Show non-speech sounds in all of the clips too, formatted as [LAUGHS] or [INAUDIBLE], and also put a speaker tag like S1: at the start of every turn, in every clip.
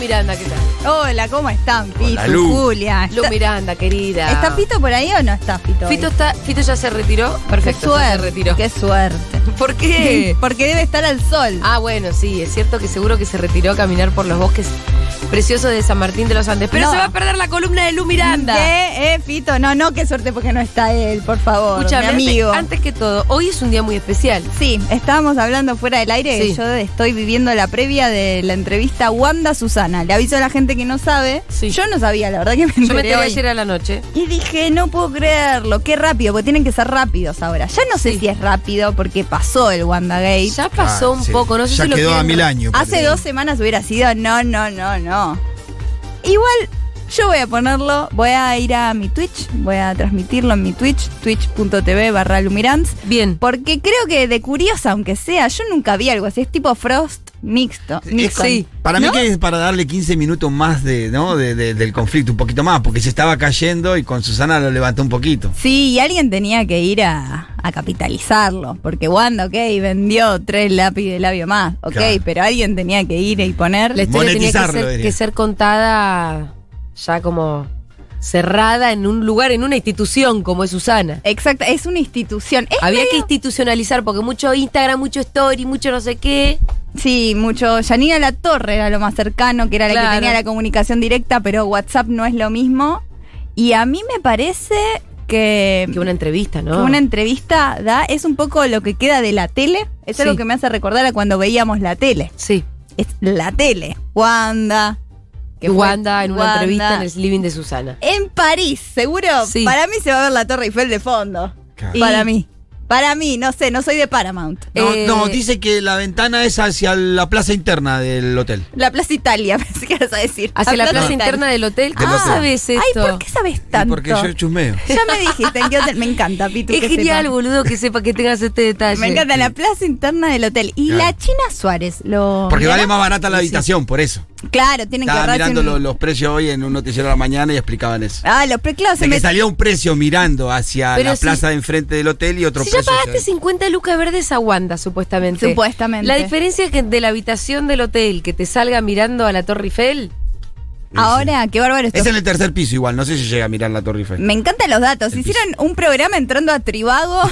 S1: Miranda, ¿qué tal?
S2: Hola, ¿cómo están, Pitu?
S3: Hola, Lu.
S2: Julia.
S1: Lu
S2: ¿Está-
S1: Miranda, querida.
S2: ¿Está Fito por ahí o no está Fito? hoy?
S1: Fito, está, Fito ya se retiró. Perfecto, ya
S2: qué
S1: se
S2: suerte,
S1: retiró.
S2: Qué suerte.
S1: ¿Por
S2: [LAUGHS]
S1: qué?
S2: Porque debe estar al sol.
S1: Ah, bueno, sí, es cierto que seguro que se retiró a caminar por los bosques preciosos de San Martín de los Andes. Pero
S2: No.
S1: se va a perder la columna de Lu Miranda.
S2: ¿Qué? Eh, Fito, no, no, qué suerte porque no está él, por favor.
S1: Escúchame,
S2: mi amigo.
S1: antes- antes que todo, hoy es un día muy especial.
S2: Sí, estábamos hablando fuera del aire.
S1: Sí.
S2: Yo estoy viviendo la previa de la entrevista Wanda Susana. Le aviso a la gente que no sabe.
S1: Sí.
S2: Yo no sabía, la verdad que me
S1: Yo me
S2: enteré
S1: enteré
S2: hoy.
S1: ayer a la noche.
S2: Y dije, no puedo creerlo, qué rápido, porque tienen que ser rápidos ahora. Ya no sé si es rápido porque pasó el WandaGate.
S1: Ya pasó
S3: Ah,
S1: un
S3: sí.
S1: poco, no sé
S3: ya
S1: si lo
S3: quedó a
S1: quieren-
S3: mil años.
S2: Hace
S3: pero-
S2: dos semanas hubiera sido, no, no, no, no. Igual, yo voy a ponerlo, voy a ir a mi Twitch, voy a transmitirlo en mi Twitch, twitch.tv barra Lumirans,
S1: Bien.
S2: porque creo que de curiosa, aunque sea, yo nunca vi algo así, es tipo Frost mixto.
S3: Es-
S2: Nixon.
S3: sí, para mí
S2: ¿No?
S3: que es para darle 15 minutos más de, ¿no? de- de- del conflicto, un poquito más, porque se estaba cayendo y con Susana lo levantó un poquito.
S2: Sí, y alguien tenía que ir a, a capitalizarlo, porque Wanda, ok, vendió tres lápices de labio más, ok,
S3: Claro.
S2: pero alguien tenía que ir y poner...
S1: La historia tenía que
S3: Monetizarlo,
S1: ser,
S3: diría.
S1: que ser contada ya como cerrada en un lugar, en una institución como es Susana.
S2: Exacto, es una institución. Es
S1: Había que institucionalizar porque mucho Instagram, mucho story, mucho no sé qué.
S2: Sí, mucho. Yanina La Torre era lo más cercano, que era la
S1: Claro.
S2: que tenía la comunicación directa, pero WhatsApp no es lo mismo. Y a mí me parece que,
S1: Que una entrevista,
S2: que
S1: ¿no?
S2: una entrevista da es un poco lo que queda de la tele. Es
S1: Sí.
S2: algo que me hace recordar a cuando veíamos la tele.
S1: sí.
S2: Es la tele. Wanda. que fue
S1: Wanda en una
S2: Wanda.
S1: entrevista en el living de Susana.
S2: En París, seguro.
S1: Sí.
S2: Para mí se va a ver la Torre Eiffel de fondo.
S3: Claro.
S2: Para mí. Para mí, no sé, no soy de Paramount.
S3: No,
S1: Eh,
S3: no, dice que la ventana es hacia la plaza interna del hotel.
S2: La Plaza Italia, [LAUGHS] pensé que ibas a decir.
S1: Hacia la plaza
S2: Italia.
S1: interna del hotel.
S3: Del
S1: ¿Cómo
S3: hotel.
S1: sabes esto?
S2: Ay, ¿por qué sabes
S3: Y
S2: tanto?
S3: Porque yo chusmeo.
S2: [LAUGHS] Ya me dijiste, en qué hotel- me encanta, Pitu.
S1: Es
S2: que
S1: genial,
S2: sepa.
S1: boludo, que sepa que tengas este detalle.
S2: Me encanta la plaza interna del hotel. Y
S3: Claro.
S2: la China Suárez, lo.
S3: Porque vale
S2: ¿vieron?
S3: más barata la habitación, por eso.
S2: Claro, tienen que
S3: Estaba
S2: ahorrarse
S3: mirando
S2: un-
S3: lo- los precios hoy en un noticiero de la mañana y explicaban eso.
S2: Ah, los preclados
S3: De
S2: se
S3: que
S2: me.
S3: salía un precio mirando hacia
S1: Pero
S3: la
S1: si-
S3: plaza de enfrente del hotel y otro
S1: Si ya
S3: precio.
S1: pagaste 50 lucas verdes a Wanda, supuestamente.
S2: Supuestamente.
S1: La diferencia es que de la habitación del hotel que te salga mirando a la Torre Eiffel.
S2: Ahora, qué bárbaro esto.
S3: Es en el tercer piso igual, no sé si llega a mirar la Torre Eiffel.
S2: Me encantan los datos.
S3: El
S2: Hicieron un programa entrando a
S3: [LAUGHS]
S2: Tribago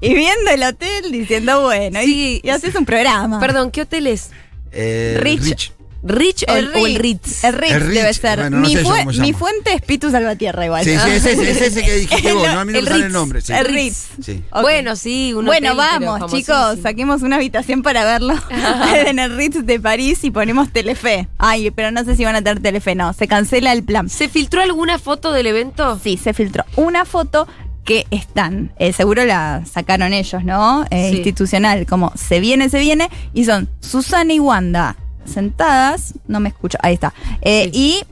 S2: y viendo el hotel diciendo, bueno, y-
S1: Sí.
S2: y, haces un programa.
S1: Perdón, ¿qué hotel es?
S3: Eh,
S2: Rich.
S1: ¿Rich o
S2: El
S1: el, o el Ritz?
S2: Ritz. El Ritz
S3: El Ritz,
S2: debe ser.
S3: bueno, no
S2: mi,
S3: sé yo
S2: fue-
S3: cómo se
S2: mi
S3: llama.
S2: fuente es Pitu Salvatierra igual.
S3: Sí,
S2: [LAUGHS]
S3: sí, es ese, es ese que dijiste vos, no a mí no
S1: El
S3: me sale
S1: Ritz.
S3: el nombre. sí.
S2: El Ritz.
S3: Sí.
S2: Ok.
S1: Bueno, sí, un
S2: bueno,
S1: hotel, pero
S2: vamos, chicos,
S1: famosísimo.
S2: saquemos una habitación
S1: [LAUGHS]
S2: para verlo [LAUGHS] en el Ritz de París y ponemos Telefe. Ay, pero no sé si van a tener Telefe, no, se cancela el plan.
S1: ¿Se filtró alguna foto del evento?
S2: Sí, se filtró una foto que están, eh, seguro la sacaron ellos, ¿no? Eh,
S1: Sí.
S2: Institucional, como se viene, se viene, y son Susana y Wanda sentadas, no me escucho, ahí está, Eh, y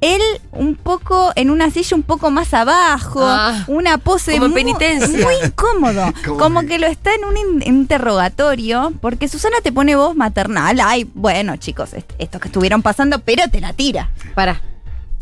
S2: él un poco en una silla un poco más abajo,
S1: Ah,
S2: una pose
S1: como en
S2: muy,
S1: penitencia.
S2: muy incómodo,
S3: Como
S2: como
S3: que-
S2: que lo está en un in- interrogatorio, porque Susana te pone voz maternal, ay, bueno chicos, est- estos que estuvieron pasando, pero te la tira.
S1: Pará.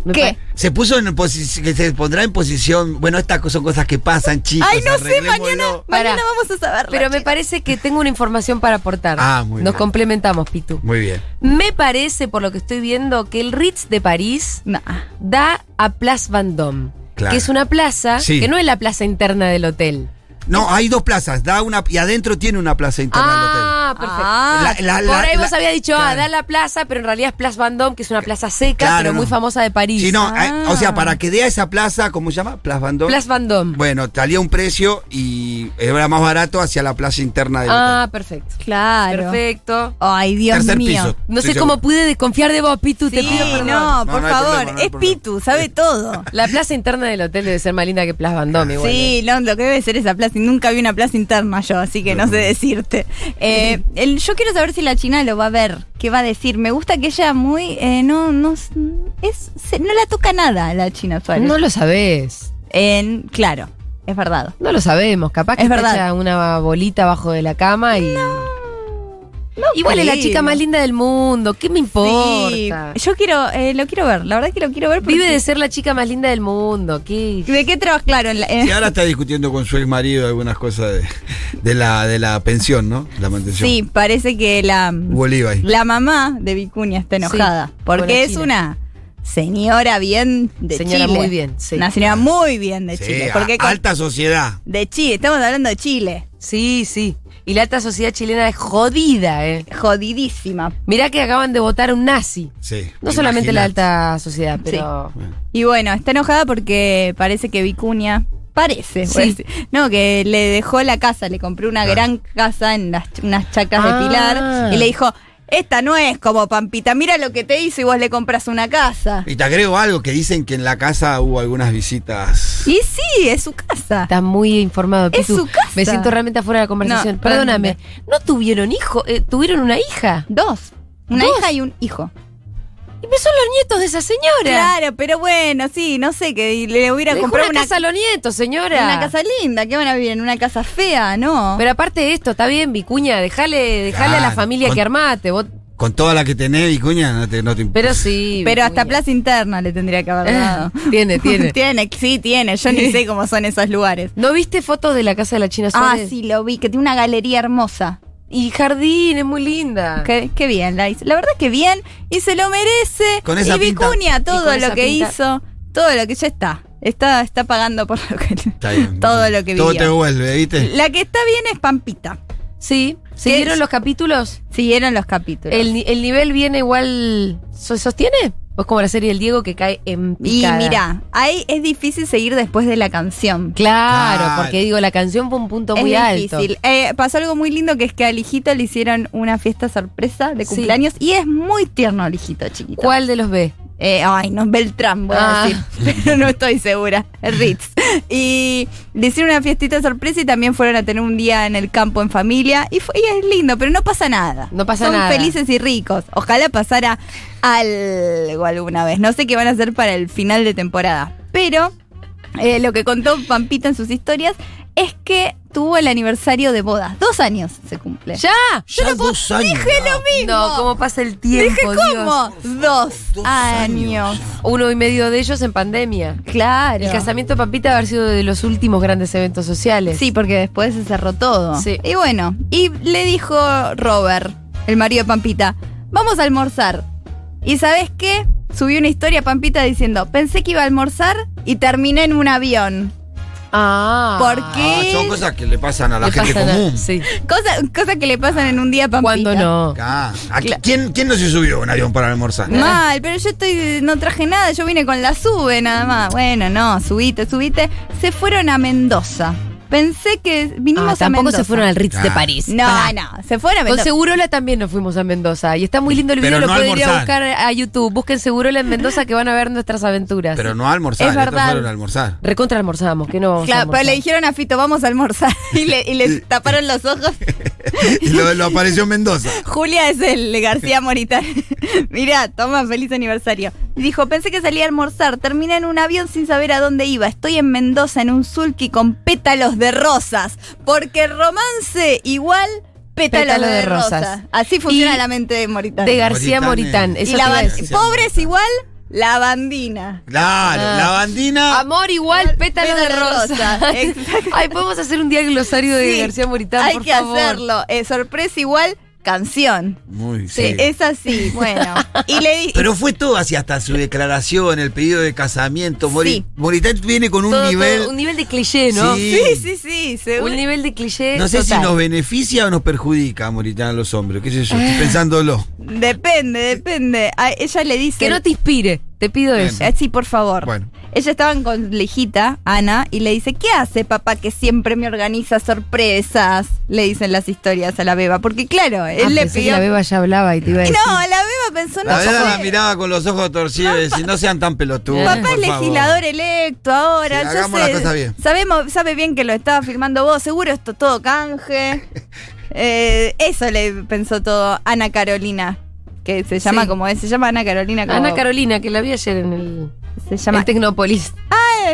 S1: Me
S2: ¿Qué?
S1: pa-
S3: Se puso en posición, que se pondrá en posición, bueno, estas co- son cosas que pasan, chicos.
S2: Ay, no sé,
S3: arreglémoslo.
S2: mañana,
S1: Pará.
S2: mañana vamos a saberlo.
S1: Pero me
S2: chicos.
S1: parece que tengo una información para aportar.
S3: Ah, muy
S1: Nos
S3: bien.
S1: complementamos, Pitu.
S3: Muy bien.
S1: Me parece, por lo que estoy viendo, que el Ritz de París
S2: No.
S1: da a Place Vendôme,
S3: Claro.
S1: que es una plaza
S3: Sí.
S1: que no es la plaza interna del hotel.
S3: No, hay dos plazas, da una y adentro tiene una plaza interna
S1: ah, perfecto.
S3: del
S2: Ah,
S3: hotel. La- la-
S1: Por
S3: la-
S1: ahí
S3: la-
S1: vos habías dicho, ah,
S3: claro.
S1: da la plaza, pero en realidad es Place Vendôme, que es una plaza seca,
S3: Claro,
S1: pero
S3: no.
S1: muy famosa de París.
S3: Sí, no,
S2: Ah.
S3: eh, o sea, para que dé a esa plaza, ¿cómo se llama? Plaza Bandón.
S1: Place Vendôme.
S3: Bueno, salía un precio y era más barato hacia la plaza interna del
S1: ah, perfecto.
S2: claro.
S1: Perfecto.
S2: Ay, Dios
S3: Tercer
S2: mío.
S3: piso.
S1: No
S3: Estoy
S1: sé cómo
S3: seguro.
S1: pude desconfiar de vos, Pitu, te
S2: Sí,
S1: pido perdón.
S2: no,
S3: No,
S2: por
S3: no hay
S2: favor,
S3: problema, no hay
S2: es
S3: problema. Ah,
S2: Pitu, sabe todo.
S1: La plaza interna del hotel debe ser más linda que Place Vendôme igual. ¿eh?
S2: Sí, no, lo que debe ser esa plaza. y Nunca vi una plaza interna yo, así que no sé decirte. Eh, el- yo quiero saber si la China lo va a ver, qué va a decir. Me gusta que ella muy, eh, no, no, s- es, se- no la toca nada la China Suárez.
S1: No lo sabés.
S2: En- claro, es verdad.
S1: No lo sabemos. Capaz que
S2: Es
S1: está
S2: verdad.
S1: hecha una bolita abajo de la cama y. Igual es la
S2: creo.
S1: chica más linda del mundo, ¿qué me importa?
S2: Sí, yo quiero, eh, lo quiero ver, la verdad es que lo quiero ver. porque-
S1: Vive de ser la chica más linda del mundo, ¿qué?
S2: ¿De qué trabajas? Claro, en la- eh,
S3: Y ahora está discutiendo con su ex marido algunas cosas de, de la, de la pensión, ¿no? La mantención.
S2: sí, parece que la,
S3: Hubo lío ahí.
S2: la mamá de Vicuña está enojada.
S1: Sí, con la
S2: porque es
S1: China.
S2: una señora bien de
S1: Señora
S2: Chile.
S1: muy bien, sí.
S2: Una señora muy bien de
S3: Sí,
S2: Chile.
S3: a-
S2: Porque con-
S3: alta sociedad.
S2: de Chile, estamos hablando de Chile.
S1: Sí, sí. Y la alta sociedad chilena es jodida, ¿eh?
S2: Jodidísima.
S1: Mirá que acaban de votar a un nazi.
S3: Sí.
S1: No solamente la
S3: Imagínate.
S1: alta sociedad, pero.
S2: Y bueno, está enojada porque parece que Vicuña. Parece,
S1: Sí.
S2: voy a decir. No, que le dejó la casa, le compró
S3: Ah.
S2: una gran casa en las, ch- unas chacas
S1: Ah.
S2: de Pilar y le dijo: Esta no es como Pampita, mira lo que te hizo y vos le compras una casa.
S3: Y te agrego algo, que dicen que en la casa hubo algunas visitas.
S2: Y sí, es su casa.
S1: Está muy informado.
S2: Es
S1: Pitu.
S2: su casa.
S1: Me siento realmente afuera de la conversación.
S2: No,
S1: Perdóname. ¿No tuvieron hijo? eh, ¿Tuvieron una hija?
S2: Dos. Una
S1: Dos.
S2: hija y un hijo.
S1: Y pues son los nietos de esa señora.
S2: Claro, pero bueno, sí, no sé, que le hubiera
S1: Le dejó
S2: comprado
S1: una, casa a los nietos, señora.
S2: una casa linda, que van a vivir en una casa fea, ¿no?
S1: Pero aparte de esto, está bien, Vicuña, dejale, dejale a la
S3: Claro,
S1: familia
S3: con-
S1: que armate. vos-
S3: Con toda la que tenés, Vicuña, no te, no te
S1: Pero sí.
S2: Pero hasta
S1: [LAUGHS] Vicuña.
S2: plaza interna le tendría que haber dado.
S1: Tiene, tiene.
S2: [LAUGHS] tiene, sí, tiene. Yo ni sé cómo son esos lugares.
S1: ¿No viste fotos de la casa de la China
S2: Ah,
S1: Suárez?
S2: sí, lo vi, que tiene una galería hermosa.
S1: Y jardín, es muy linda.
S2: Qué, qué bien, la hizo. La verdad que bien. Y se lo merece.
S3: Con esa
S2: y
S3: pinta.
S2: Vicuña,
S1: Y
S2: todo
S1: con esa
S2: lo que
S1: pinta.
S2: hizo, todo lo que ya está. Está, está pagando por lo que.
S1: [LAUGHS]
S3: Está bien.
S2: todo lo que
S3: Todo
S2: vivió.
S3: te vuelve, ¿viste?
S2: [LAUGHS] La que está bien es Pampita.
S1: Sí. ¿Se
S2: ¿Qué
S1: vieron
S2: es?
S1: los capítulos?
S2: Siguieron los capítulos.
S1: ¿El, ni- el nivel viene igual. ¿so- ¿Sostiene? ¿O es como la serie del Diego que cae en
S2: y
S1: picada?
S2: mira, ahí es difícil seguir después de la canción.
S1: Claro,
S3: Claro.
S1: porque digo, la canción fue un punto
S2: es
S1: muy alto.
S2: difícil. Eh, pasó algo muy lindo que es que al hijito le hicieron una fiesta sorpresa de
S1: Sí.
S2: cumpleaños y es muy tierno el hijito chiquito.
S1: ¿Cuál de los ve?
S2: Eh, ay, no, Beltrán, voy
S1: Ah.
S2: a decir, [LAUGHS] pero no estoy segura. Ritz. Y le hicieron una fiestita sorpresa y también fueron a tener un día en el campo en familia. Y, fue, y es lindo, pero no pasa nada.
S1: No pasa
S2: Son
S1: nada.
S2: felices y ricos. Ojalá pasara algo alguna vez. No sé qué van a hacer para el final de temporada. Pero eh, lo que contó Pampita en sus historias es que tuvo el aniversario de bodas. Dos años se cumple.
S1: ¡Ya!
S3: Ya dos años. Ah, ¿no?
S2: mismo.
S1: No, cómo pasa el tiempo.
S2: Dije,
S1: Dios.
S2: ¿cómo? Dos,
S3: Dos
S2: años.
S3: ya.
S1: Uno y medio de ellos en pandemia.
S2: Claro.
S1: El casamiento de Pampita debe haber sido de los últimos grandes eventos sociales.
S2: Sí, porque después se cerró todo.
S1: Sí.
S2: Y bueno, y le dijo Robert, el marido de Pampita, vamos a almorzar. ¿Y sabes qué? Subió una historia a Pampita diciendo, pensé que iba a almorzar y terminé en un avión.
S1: Ah.
S2: ¿Por qué?
S3: Ah, son cosas que le pasan a la
S1: Le
S3: gente
S1: pasan a-
S3: común.
S1: Sí.
S2: Cosa, cosa que le pasan en un día a Pampita.
S1: ¿Cuándo no?
S3: Ah, ¿a qui- ¿quién, ¿Quién no se subió a un avión para almorzar?
S2: Mal, pero yo estoy, no traje nada, yo vine con la sube nada más. Bueno, no, subite, subite. Se fueron a Mendoza. Pensé que vinimos
S1: Ah,
S2: a
S1: tampoco
S2: Mendoza.
S1: se fueron al Ritz de
S3: Ah.
S1: París.
S2: No,
S1: Pará.
S2: no, se fueron a
S1: Con
S2: Mendoza.
S1: Segurola también nos fuimos a Mendoza. Y está muy lindo el video, lo
S3: Pero no
S1: pueden ir a buscar
S3: almorzar.
S1: a YouTube. Busquen Segurola en Mendoza que van a ver nuestras aventuras.
S3: Pero no a almorzar,
S2: Es
S3: estos
S2: verdad.
S3: fueron a almorzar. [LAUGHS]
S1: Recontra almorzamos, que no vamos a
S2: Claro, pero le
S1: almorzar.
S2: dijeron a Fito, vamos a almorzar. [LAUGHS] Y le, y le taparon los ojos.
S3: Y lo, lo apareció Mendoza.
S2: Julia es el García [LAUGHS] Moritán. Mirá, toma, feliz aniversario. Y dijo, pensé que salía a almorzar. Terminé en un avión sin saber a dónde iba. Estoy en Mendoza en un sulky con pétalos de rosas. Porque romance igual pétalos
S1: Pétalo
S2: de,
S1: de
S2: rosas.
S1: rosas.
S2: Así funciona
S1: Y
S2: la mente de Moritán.
S1: De García Moritán,
S3: Moritán, eh.
S1: eso
S2: y la
S1: te iba a
S2: ban-
S1: decir.
S3: decir.
S2: pobres igual lavandina.
S3: Claro,
S1: Ah.
S3: la bandina.
S1: Amor igual, pétalo, de
S2: pétalo de
S1: rosa.
S2: rosa, exacto.
S1: [LAUGHS] Ay, podemos hacer un día el glosario de
S2: Sí,
S1: García Moritán,
S2: Hay
S1: por
S2: que
S1: favor.
S2: hacerlo. Eh, sorpresa igual, canción.
S3: Muy
S2: Sí, Eh, es así, bueno. Y le di-
S3: Pero fue todo así, hasta su declaración, el pedido de casamiento. Mori-
S2: Sí.
S3: Moritán viene con un
S1: Todo, todo,
S3: nivel.
S1: un nivel de cliché, ¿no?
S3: Sí.
S2: sí, sí, sí, seguro.
S1: Un nivel de cliché.
S3: No sé si
S1: total.
S3: nos beneficia o nos perjudica, Moritán, a los hombres. ¿Qué sé yo?
S2: Eh.
S3: Estoy pensándolo.
S2: Depende, depende. A- ella le dice.
S1: Que no te inspire, te pido
S3: Bien.
S1: eso.
S2: Eh, sí, por favor.
S3: Bueno.
S2: Ella estaban con Lejita, Ana, y le dice, ¿qué hace papá que siempre me organiza sorpresas? Le dicen las historias a la beba. Porque claro, él
S1: Ah,
S2: le
S1: pensé que
S2: pidió...
S1: la beba ya hablaba y te iba a
S2: Y
S1: decir.
S2: No, la beba pensó no.
S3: La verdad
S2: papá-
S3: la miraba con los ojos torcidos y decía, no sean tan pelotudos.
S2: Papá
S3: por
S2: es
S3: favor".
S2: legislador electo ahora.
S3: Sí,
S2: yo
S3: hagamos
S2: sé,
S3: las cosas bien.
S2: Sabemos, sabe bien que lo estaba filmando vos, seguro esto
S1: [LAUGHS]
S2: todo canje. Eh, eso le pensó todo Ana Carolina, que se llama
S1: Sí.
S2: como es, se llama Ana Carolina como
S1: Ana Carolina, que la vi ayer en el,
S2: se llama
S1: en Tecnópolis.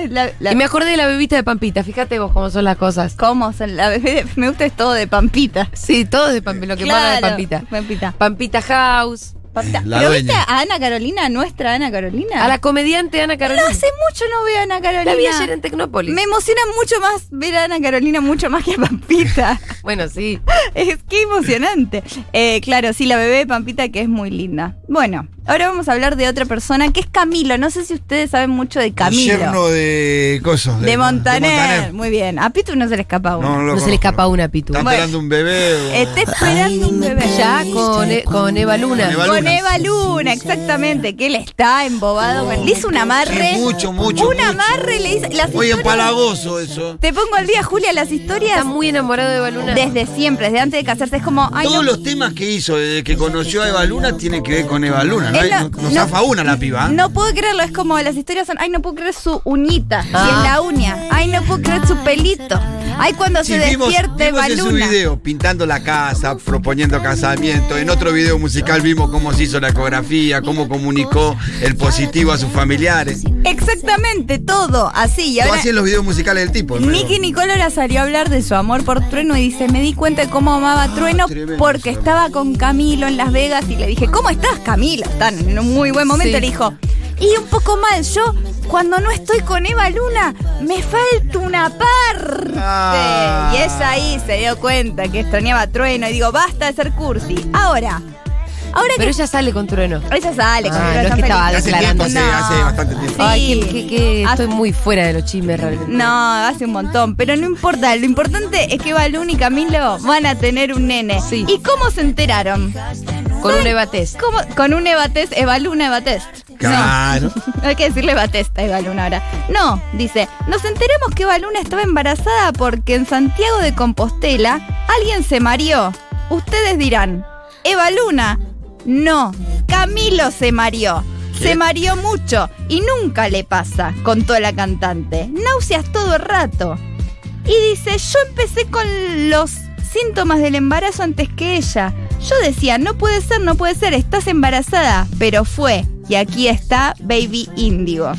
S2: es la, la-
S1: Y me acordé de la bebita de Pampita, fíjate vos cómo son las cosas.
S2: ¿Cómo? son? La bebé de- me gusta es todo de Pampita.
S1: Sí, todo es de Pampita, lo que paga de
S2: Claro,
S1: Pampita.
S2: Pampita.
S1: Pampita House.
S2: Pampita.
S3: La
S2: ¿Pero
S3: dueña.
S2: viste a Ana Carolina, nuestra Ana Carolina?
S1: A la comediante Ana
S2: Ah. no,
S1: Carolina.
S2: hace mucho no veo a Ana Carolina.
S1: la vi ayer en Tecnópolis.
S2: Me emociona mucho más ver a Ana Carolina, mucho más que a Pampita.
S1: Bueno, sí.
S2: [LAUGHS] Es que emocionante. Eh, claro, sí, la bebé de Pampita que es muy linda. Bueno, ahora vamos a hablar de otra persona que es Camilo. No sé si ustedes saben mucho de Camilo.
S3: Yerno de cosas.
S2: de, Montaner. Muy bien. A Pitu no se le escapa uno.
S3: No, no lo
S1: No se le
S3: conozco.
S1: escapa una pitu.
S3: Está
S2: Bueno.
S3: esperando un bebé. o-
S2: Está esperando un bebé.
S1: Ya con, eh, con Eva Luna.
S3: Con Eva
S2: Con
S3: Luna.
S2: Eva Luna, exactamente, que él está embobado. con- Le hizo un amarre.
S3: Sí, mucho, mucho,
S2: Un
S3: mucho.
S2: amarre le hizo. Las
S3: Muy
S2: historias-
S3: empalagoso eso.
S2: Te pongo al día, Julia, las historias
S1: Está muy enamorado de Eva Luna.
S2: desde siempre, desde antes de casarse. Es como. Ay,
S3: Todos
S2: no,
S3: los temas que hizo desde que conoció a Eva Luna tienen que ver con Eva Luna. ¿no?
S2: Es la-
S3: No- nos
S2: no-
S3: zafa una la piba. ¿eh?
S2: No puedo creerlo, es como las historias son, ay, no puedo creer su uñita, y
S1: Ah.
S2: es la uña, ay, no puedo creer su pelito, ay, cuando
S3: Sí,
S2: se
S3: vimos,
S2: despierte
S3: vimos en su
S2: Baluna.
S3: video pintando la casa, proponiendo casamiento. En otro video musical vimos cómo se hizo la ecografía, cómo comunicó el positivo a sus familiares.
S2: Exactamente, todo, así, y
S3: Lo
S2: ahora...
S3: hacen los videos musicales del tipo. pero-
S2: Nicky Nicolora salió a hablar de su amor por Trueno y dice, me di cuenta de cómo amaba a Trueno
S3: Ah, tremendo
S2: porque
S3: ese
S2: estaba con Camilo en Las Vegas y le dije, ¿cómo estás Camilo? Están en un muy buen momento.
S1: Sí.
S2: Le dijo, y un poco mal, yo cuando no estoy con Eva Luna, me falta una parte.
S3: Ah.
S2: Y ella ahí se dio cuenta que extrañaba a Trueno y digo, basta de ser cursi. Ahora, ahora
S1: Pero ella sale con trueno.
S2: que... Ella sale, con
S1: Ah, no es
S2: Trueno,
S1: que
S2: están
S1: estaba
S2: felices.
S3: hace tiempo, hace,
S2: No.
S3: hace bastante tiempo.
S1: Ay, que,
S2: Sí.
S1: que- que
S2: Hace-
S1: estoy muy fuera de los chismes realmente.
S2: No, hace un montón, pero no importa. Lo importante es que Balún y Camilo van a tener un nene.
S1: Sí.
S2: ¿Y cómo se enteraron?
S1: Con un Eva Test.
S2: ¿Cómo? Con un Evatest, Evaluna Evatest. [LAUGHS]
S3: Claro.
S2: No hay que decirle Evatest a Evaluna ahora. No, dice, nos enteramos que Evaluna estaba embarazada porque en Santiago de Compostela alguien se mareó. Ustedes dirán, Evaluna, no, Camilo se mareó.
S3: ¿Qué?
S2: Se mareó mucho y nunca le pasa, contó la cantante. Náuseas todo el rato. Y dice, yo empecé con los síntomas del embarazo antes que ella. Yo decía, no puede ser, no puede ser, estás embarazada. Pero fue. Y aquí está Baby Índigo.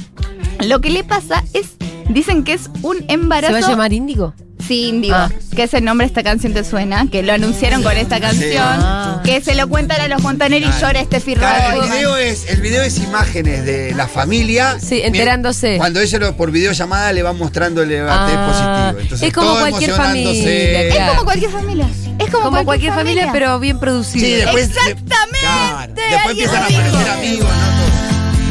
S2: Lo que le pasa es, dicen que es un
S1: ¿Se
S2: embarazo...
S1: va a llamar Índigo?
S2: Sí, Índigo.
S1: Ah.
S2: Que es el nombre de esta canción te suena, que lo anunciaron con esta canción.
S1: Ah.
S2: Que se lo cuentan a los Montaner y
S3: Claro.
S2: llora este firro.
S3: Claro, el, video es, el video es imágenes de la familia.
S1: Sí, enterándose.
S3: Cuando ella lo- por videollamada le va mostrando el debate
S1: Ah,
S3: positivo. Entonces,
S1: es como
S3: todo
S1: cualquier
S3: emocionándose.
S1: familia,
S2: Es como cualquier familia. Es como,
S1: Como, cualquier familia, pero bien producido.
S3: Sí, después,
S2: Exactamente.
S3: Claro, después
S2: Alguien
S3: empiezan a
S2: dijo.
S3: aparecer amigos.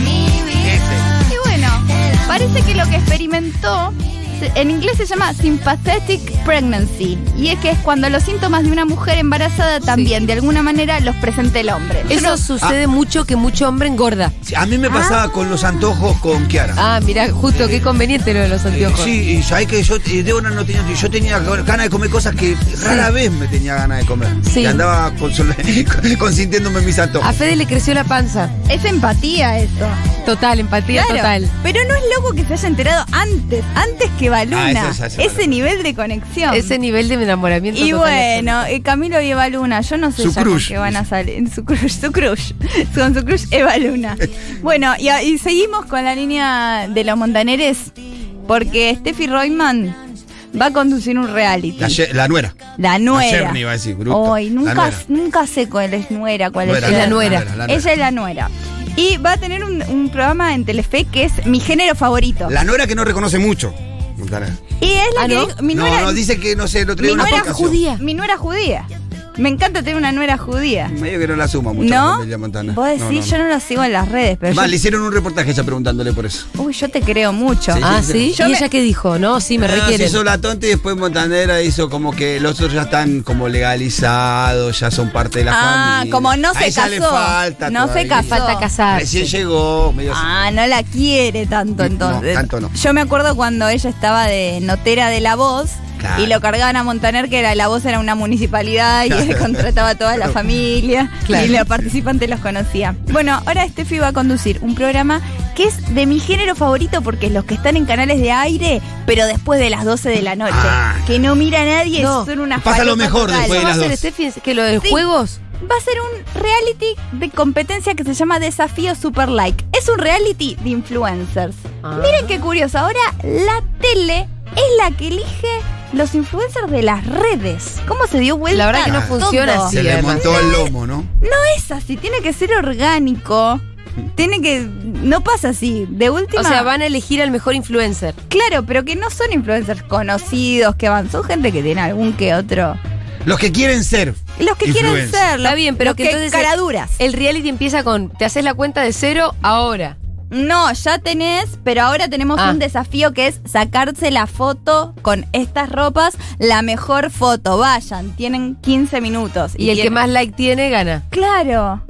S3: ¿no? Este.
S2: Y bueno, parece que lo que experimentó se- en inglés se llama sympathetic pregnancy y es que es cuando los síntomas de una mujer embarazada también de alguna manera los presenta el hombre. Yo
S1: Eso
S2: no-
S1: sucede mucho que mucho hombre engorda.
S3: Sí, A mí me pasaba con los antojos con Kiara. Eh,
S1: Ah, mirá, justo qué conveniente lo de los anteojos.
S3: Sí, y sabés que yo, eh, de una no tenía, yo tenía ganas de comer cosas que rara vez me tenía ganas de comer.
S1: Sí.
S3: Y andaba consol- [LAUGHS] consintiéndome mis
S1: A
S2: Ah,
S3: antojos.
S1: Fede le creció la panza.
S2: es empatía eso.
S1: Total, empatía
S2: Claro,
S1: total.
S2: Pero no es loco que se haya enterado antes, antes que
S3: Ah,
S2: Baluna.
S3: eso ya se
S2: ese
S3: valora.
S2: nivel de conexión.
S1: Ese nivel de enamoramiento.
S2: Y
S1: total.
S2: bueno, eh, Camilo y Eva Luna, yo no sé
S3: Su
S2: ya con
S3: crush,
S2: qué van a
S3: dice.
S2: salir. en Su crush, su crush. [LAUGHS] Con su crush Eva Luna. Bueno, y, a- y seguimos con la línea de los montaneres, porque Steffi Royman va a conducir un reality.
S3: La, ye- la nuera.
S2: La nuera.
S3: yerni iba a decir, bruto.
S2: Ay,
S3: La
S2: nunca,
S3: nuera.
S2: nununca sé cuál es nuera, cuál
S3: Nuera,
S2: es yerni.
S1: la nuera.
S3: La nuera.
S2: Ella es la nuera. Y va a tener un, un programa en Telefe que es mi género favorito.
S3: La nuera que no reconoce mucho. Montaner.
S2: Y es la
S1: Ah,
S2: que
S1: ¿no?
S2: dijo- mi
S3: no,
S2: nuera,
S3: no, dice que no sé, lo traía
S2: mi
S3: una
S2: nuera
S3: aplicación.
S1: judía.
S2: mi nuera judía. Me encanta tener una nuera judía.
S3: Medio que no la suma mucho la
S2: ¿No?
S3: familia Montaner.
S2: Vos decís,
S3: No, no, no.
S2: yo no lo sigo en las redes, pero
S3: Más, le
S2: yo,
S3: hicieron un reportaje ya preguntándole por eso.
S2: uy, yo te creo mucho.
S3: Sí,
S1: Ah, sí.
S2: Yo
S1: ¿Y
S2: me-
S1: ella qué dijo? No, sí, me
S3: Ah,
S1: requiere.
S3: se hizo la tonta y después Montanera hizo como que los otros ya están como legalizados, ya son parte de la
S2: Ah,
S3: familia.
S2: como no se
S3: A ella le
S2: casó.
S3: falta
S2: No se
S3: todavía.
S2: casó.
S1: Falta casarse.
S3: Recién llegó, medio así.
S2: Ah, no la quiere tanto
S3: No,
S2: entonces.
S3: tanto no.
S2: Yo me acuerdo cuando ella estaba de notera de la voz
S3: Claro.
S2: y lo cargaban a Montaner, que era la voz era una municipalidad y él [LAUGHS] contrataba a toda la familia
S1: Claro.
S2: y los participantes los conocía. Bueno, ahora Steffi va a conducir un programa que es de mi género favorito porque es los que están en canales de aire, pero después de las 12 de la noche.
S3: Ah.
S2: Que no mira a nadie,
S1: No.
S2: son unas
S3: Pasa lo
S2: falopas
S3: mejor
S2: totales.
S3: después de
S1: ¿Cómo va a
S3: las
S1: ser
S3: dos.
S1: Steffi? Que lo de los
S2: Sí.
S1: juegos
S2: va a ser un reality de competencia que se llama Desafío Super Like. Es un reality de influencers.
S1: Ah.
S2: Miren qué curioso, ahora la tele es la que elige los influencers de las redes. ¿Cómo se dio vuelta?
S1: La verdad que no
S2: todo?
S1: funciona así.
S3: Se le
S1: además.
S3: montó el lomo, ¿no?
S2: Es así, tiene que ser orgánico. Tiene que. No pasa así. De última.
S1: O sea, van a elegir al mejor influencer.
S2: Claro, pero que no son influencers conocidos que van. Son gente que tiene algún que otro.
S3: Los que quieren ser.
S2: Los que quieren
S3: Influencer.
S1: Está
S2: ser. los-
S1: bien, pero
S2: los
S1: que
S2: que
S1: entonces-
S2: caraduras.
S1: El reality empieza con, te haces la cuenta de cero ahora.
S2: No, ya tenés, pero ahora tenemos
S1: Ah.
S2: un desafío que es sacarse la foto con estas ropas, la mejor foto. Vayan, tienen 15 minutos.
S1: Y el que
S2: tienen-
S1: más like tiene gana.
S2: Claro.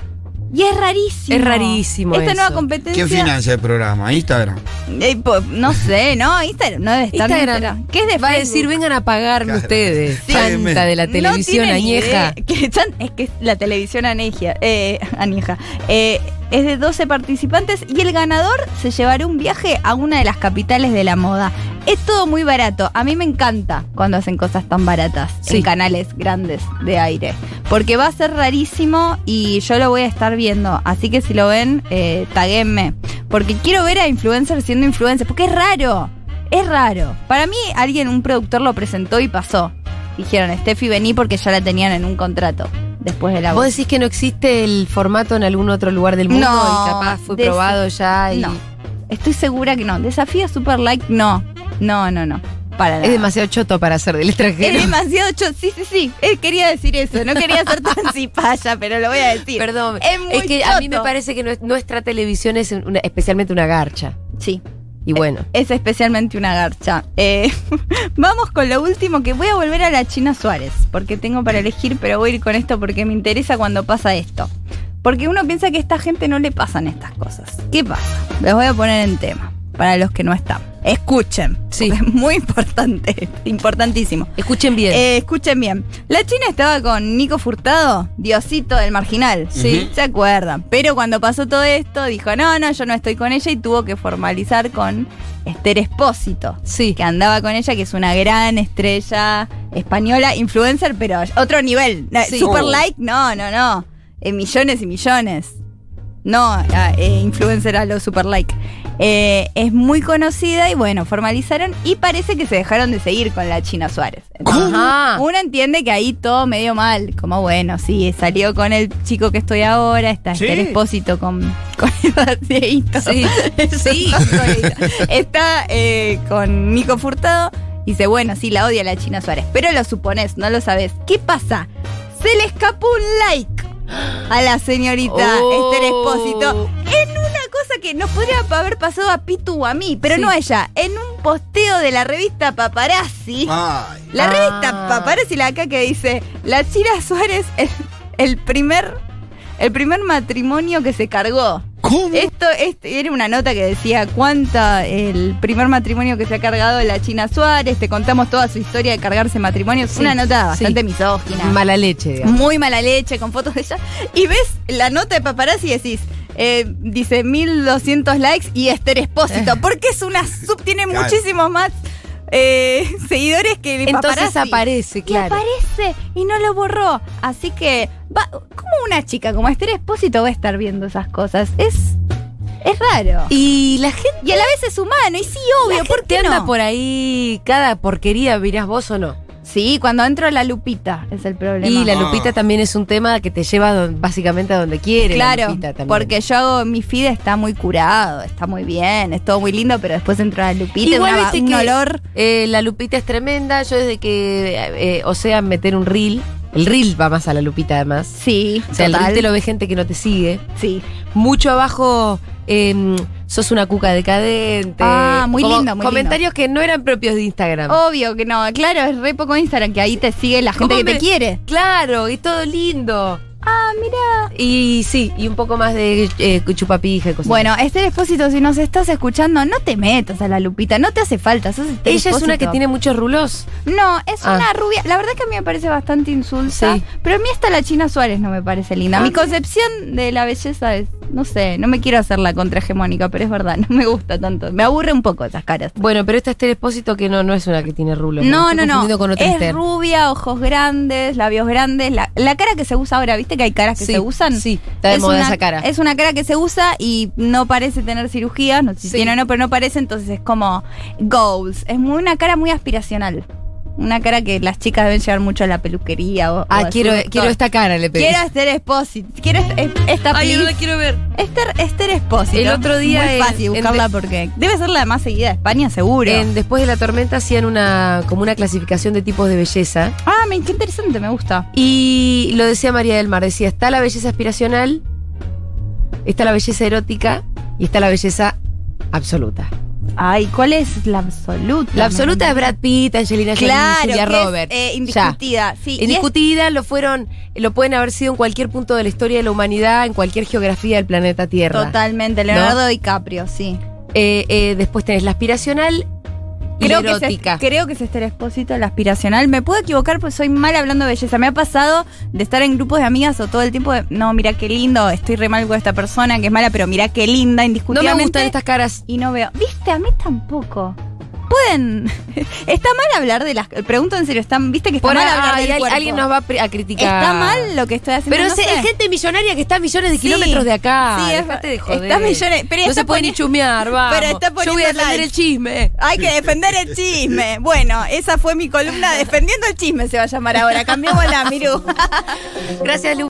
S2: Y es rarísimo.
S1: Es rarísimo
S2: Esta
S1: eso.
S2: nueva competencia.
S3: ¿Quién financia el programa? Instagram.
S2: Eh, po- no sé, ¿no? Instagram no debe estar.
S1: Instagram.
S2: entera. ¿Qué es de
S1: Va a
S2: Facebook?
S1: decir, vengan a pagarme
S3: Claro.
S1: ustedes.
S3: Sí.
S1: Santa de la
S2: No
S1: televisión
S2: tienen
S1: añeja.
S2: idea. Que chan- es que es la televisión aneja, eh, añeja. Eh, es de 12 participantes y el ganador se llevará un viaje a una de las capitales de la moda. Es todo muy barato. A mí me encanta cuando hacen cosas tan baratas
S1: Sí.
S2: en canales grandes de aire. Porque va a ser rarísimo y yo lo voy a estar viendo. Así que si lo ven, eh, taguenme. Porque quiero ver a influencers siendo influencers. Porque es raro. Es raro. Para mí, alguien, un productor lo presentó y pasó. Dijeron, Steffi, vení porque ya la tenían en un contrato después de la
S1: ¿Vos
S2: voz.
S1: decís que no existe el formato en algún otro lugar del mundo
S2: No,
S1: y capaz fue
S2: de ese-
S1: probado ya? Y
S2: No. Estoy segura que no. Desafío Super Like, no. No, no, no. Para nada.
S1: Es demasiado choto para ser del
S2: Es
S1: [LAUGHS] extranjero.
S2: demasiado cho- Sí, sí, sí. Eh, quería decir eso. No quería ser tan [LAUGHS] cipaya, pero lo voy a decir.
S1: Perdón,
S2: Es muy
S1: que a mí me
S2: choto.
S1: parece que nue- nuestra televisión es una- especialmente una garcha.
S2: Sí.
S1: Y bueno,
S2: Es especialmente una garcha. Eh, [LAUGHS] vamos con lo último, que voy a volver a la China Suárez, porque tengo para elegir, pero voy a ir con esto porque me interesa cuando pasa esto. Porque uno piensa que a esta gente no le pasan estas cosas. ¿Qué pasa? Les voy a poner en tema, para los que no están. Escuchen,
S1: Sí.
S2: porque es muy [LAUGHS] importante, importantísimo.
S1: escuchen bien.
S2: Eh, escuchen bien. La China estaba con Nico Furtado, Diosito del Marginal.
S3: Sí.
S2: ¿Se acuerdan? Pero cuando pasó todo esto, dijo, no, no, yo no estoy con ella y tuvo que formalizar con Esther Espósito.
S1: sí.
S2: Que andaba con ella, que es una gran estrella española, influencer, pero otro nivel. La-
S1: Sí.
S2: Super
S1: Oh.
S2: like, no, no, no. Eh, millones y millones. No, ah, eh, influencer a lo super like. Eh, es muy conocida y bueno, formalizaron y parece que se dejaron de seguir con la China Suárez. Entonces,
S1: Ajá.
S2: Uno entiende que ahí todo medio mal, como bueno, sí, salió con el chico que estoy ahora, está
S3: Sí.
S2: Esther Espósito con, con Eva Dieguito.
S1: Sí. Sí.
S2: Está eh, con Nico Furtado y dice, bueno, sí, la odia la China Suárez. Pero lo supones, no lo sabes. ¿Qué pasa? Se le escapó un like a la señorita
S1: Oh.
S2: Esther Espósito en una cosa que nos podría haber pasado a Pitu o a mí, pero
S1: Sí.
S2: no a ella. En un posteo de la revista Paparazzi.
S3: Ay.
S2: La
S1: Ah.
S2: revista Paparazzi la acá que dice La China Suárez el, el primer el primer matrimonio que se cargó.
S3: ¿Cómo?
S2: Esto, este, era una nota que decía cuánta el primer matrimonio que se ha cargado la China Suárez, te contamos toda su historia de cargarse matrimonios,
S1: Sí,
S2: una nota bastante
S1: sí.
S2: misógina.
S1: Mala leche, digamos.
S2: Muy mala leche, con fotos de ella. Y ves la nota de paparazzi y decís, eh, dice 1200 likes y Esther Espósito. Porque es una sub, tiene
S3: Claro.
S2: muchísimos más eh, [LAUGHS] seguidores que el
S1: Entonces
S2: paparazzi.
S1: aparece,
S2: Y
S1: claro.
S2: aparece y no lo borró. Así que, va, ¿cómo una chica como Esther Espósito va a estar viendo esas cosas? Es, es raro. Y,
S1: Y la gente,
S2: a la vez es humano, y sí, obvio, ¿por qué
S1: anda
S2: no?
S1: por ahí cada porquería, mirás vos o no.
S2: Sí, cuando entro la lupita es el problema.
S1: Y la
S3: Ah.
S1: lupita también es un tema que te lleva don- básicamente a donde quiere. la
S2: Claro,
S1: lupita también.
S2: porque yo hago mi feed está muy curado, está muy bien, es todo muy lindo, pero después entra la lupita,
S1: Igual
S2: una-
S1: viste
S2: un
S1: que-
S2: olor.
S1: Eh, la lupita es tremenda. Yo desde que, eh, eh, o sea, meter un reel. El reel va más a la lupita además.
S2: Sí,
S1: O sea, el
S2: total.
S1: reel te lo ve gente que no te sigue.
S2: Sí.
S1: Mucho abajo, eh, sos una cuca decadente.
S2: Ah, muy
S1: Como
S2: lindo, Oh, muy
S1: Comentarios que no eran propios de Instagram.
S2: Obvio que no, claro, es re poco Instagram que ahí te sigue la gente
S1: ¿Cómo
S2: que te
S1: me-
S2: quiere.
S1: Claro, y todo lindo.
S2: Ah, mira.
S1: Y sí, y un poco más de eh, chupapija y cosas.
S2: Bueno, Esther Espósito, si nos estás escuchando, no te metas a la lupita, no te hace falta. sos Esther
S1: ella es una que
S2: Espósito.
S1: tiene muchos rulos.
S2: No, es
S1: Ah.
S2: una rubia. La verdad que a mí me parece bastante insulsa.
S1: Sí.
S2: Pero a mí hasta la China Suárez no me parece linda.
S1: Ah.
S2: Mi concepción de la belleza es no sé, no me quiero hacer la contrahegemónica, pero es verdad, [LAUGHS] no me gusta tanto. Me aburre un poco esas caras.
S1: Bueno, pero esta Esther Espósito que no, no es una que tiene rulo. me
S2: No,
S1: estoy
S2: no,
S1: confundiendo
S2: no.
S1: con otra
S2: es
S1: Esther.
S2: rubia, ojos grandes, labios grandes. La, la cara que se usa ahora, ¿viste que hay caras que
S1: Sí,
S2: se usan?
S1: sí, está de
S2: Es
S1: moda
S2: una-
S1: esa cara.
S2: Es una cara que se usa y no parece tener cirugías, no sé si
S1: Sí.
S2: tiene o no, pero no parece, entonces es como goals. Es muy, una cara muy aspiracional. Una cara que las chicas deben llevar mucho a la peluquería o, o
S1: Ah,
S2: a
S1: quiero,
S2: su doctor.
S1: quiero esta cara, le pedí.
S2: Quiero hacer expósito. Quiero est- est- esta please.
S1: quiero ver.
S2: Esther, Esther Espósito.
S1: El otro día
S2: Muy
S1: en-
S2: fácil
S1: en-
S2: buscarla porque debe ser la más seguida de España, seguro.
S1: En Después de la tormenta hacían una como una clasificación de tipos de belleza.
S2: ah, me, qué interesante, me gusta.
S1: Y lo decía María del Mar, decía, está la belleza aspiracional, está la belleza erótica y está la belleza absoluta.
S2: Ay, ¿cuál es la absoluta?
S1: La absoluta es Brad Pitt, Angelina Jolie,
S2: Claro,
S1: Julia
S2: que es,
S1: Roberts.
S2: eh,
S1: Ya.
S2: indiscutida. Sí, y es-
S1: Indiscutida, lo fueron, lo pueden haber sido en cualquier punto de la historia de la humanidad, en cualquier geografía del planeta Tierra.
S2: totalmente, Leonardo DiCaprio, sí.
S1: Eh, eh, después tenés la aspiracional y
S2: Creo
S1: la
S2: que, es,
S1: erótica.
S2: creo que es este Esther Espósito, la aspiracional. Me puedo equivocar porque soy mal hablando de belleza. Me ha pasado de estar en grupos de amigas o todo el tiempo de, no, mira qué lindo, estoy re mal con esta persona que es mala, pero mira qué linda,
S1: no
S2: indiscutiblemente.
S1: me gustan estas caras.
S2: y no veo. Viste, a mí tampoco. Pueden. [LAUGHS] Está mal hablar de las. Pregunto en serio, están, viste que está
S1: Por
S2: mal
S1: ahí-
S2: hablar
S1: ay,
S2: del
S1: al-
S2: cuerpo?
S1: alguien nos va a, pri- a criticar.
S2: Está mal lo que estoy haciendo.
S1: Pero es,
S2: no sé.
S1: es gente millonaria que está a millones de
S2: Sí.
S1: kilómetros de acá.
S2: Sí, es-
S1: Dejate de joder.
S2: está millones- pero
S1: no
S2: está
S1: se puede ni
S2: poni-
S1: chumear, vamos.
S2: [LAUGHS] Pero está
S1: Yo voy a
S2: poniendo
S1: defender
S2: like.
S1: el chisme.
S2: Hay que defender el chisme. Bueno, esa fue mi columna. Defendiendo el chisme se va a llamar ahora. Cambiémosla, Miru.
S1: Gracias, Lu.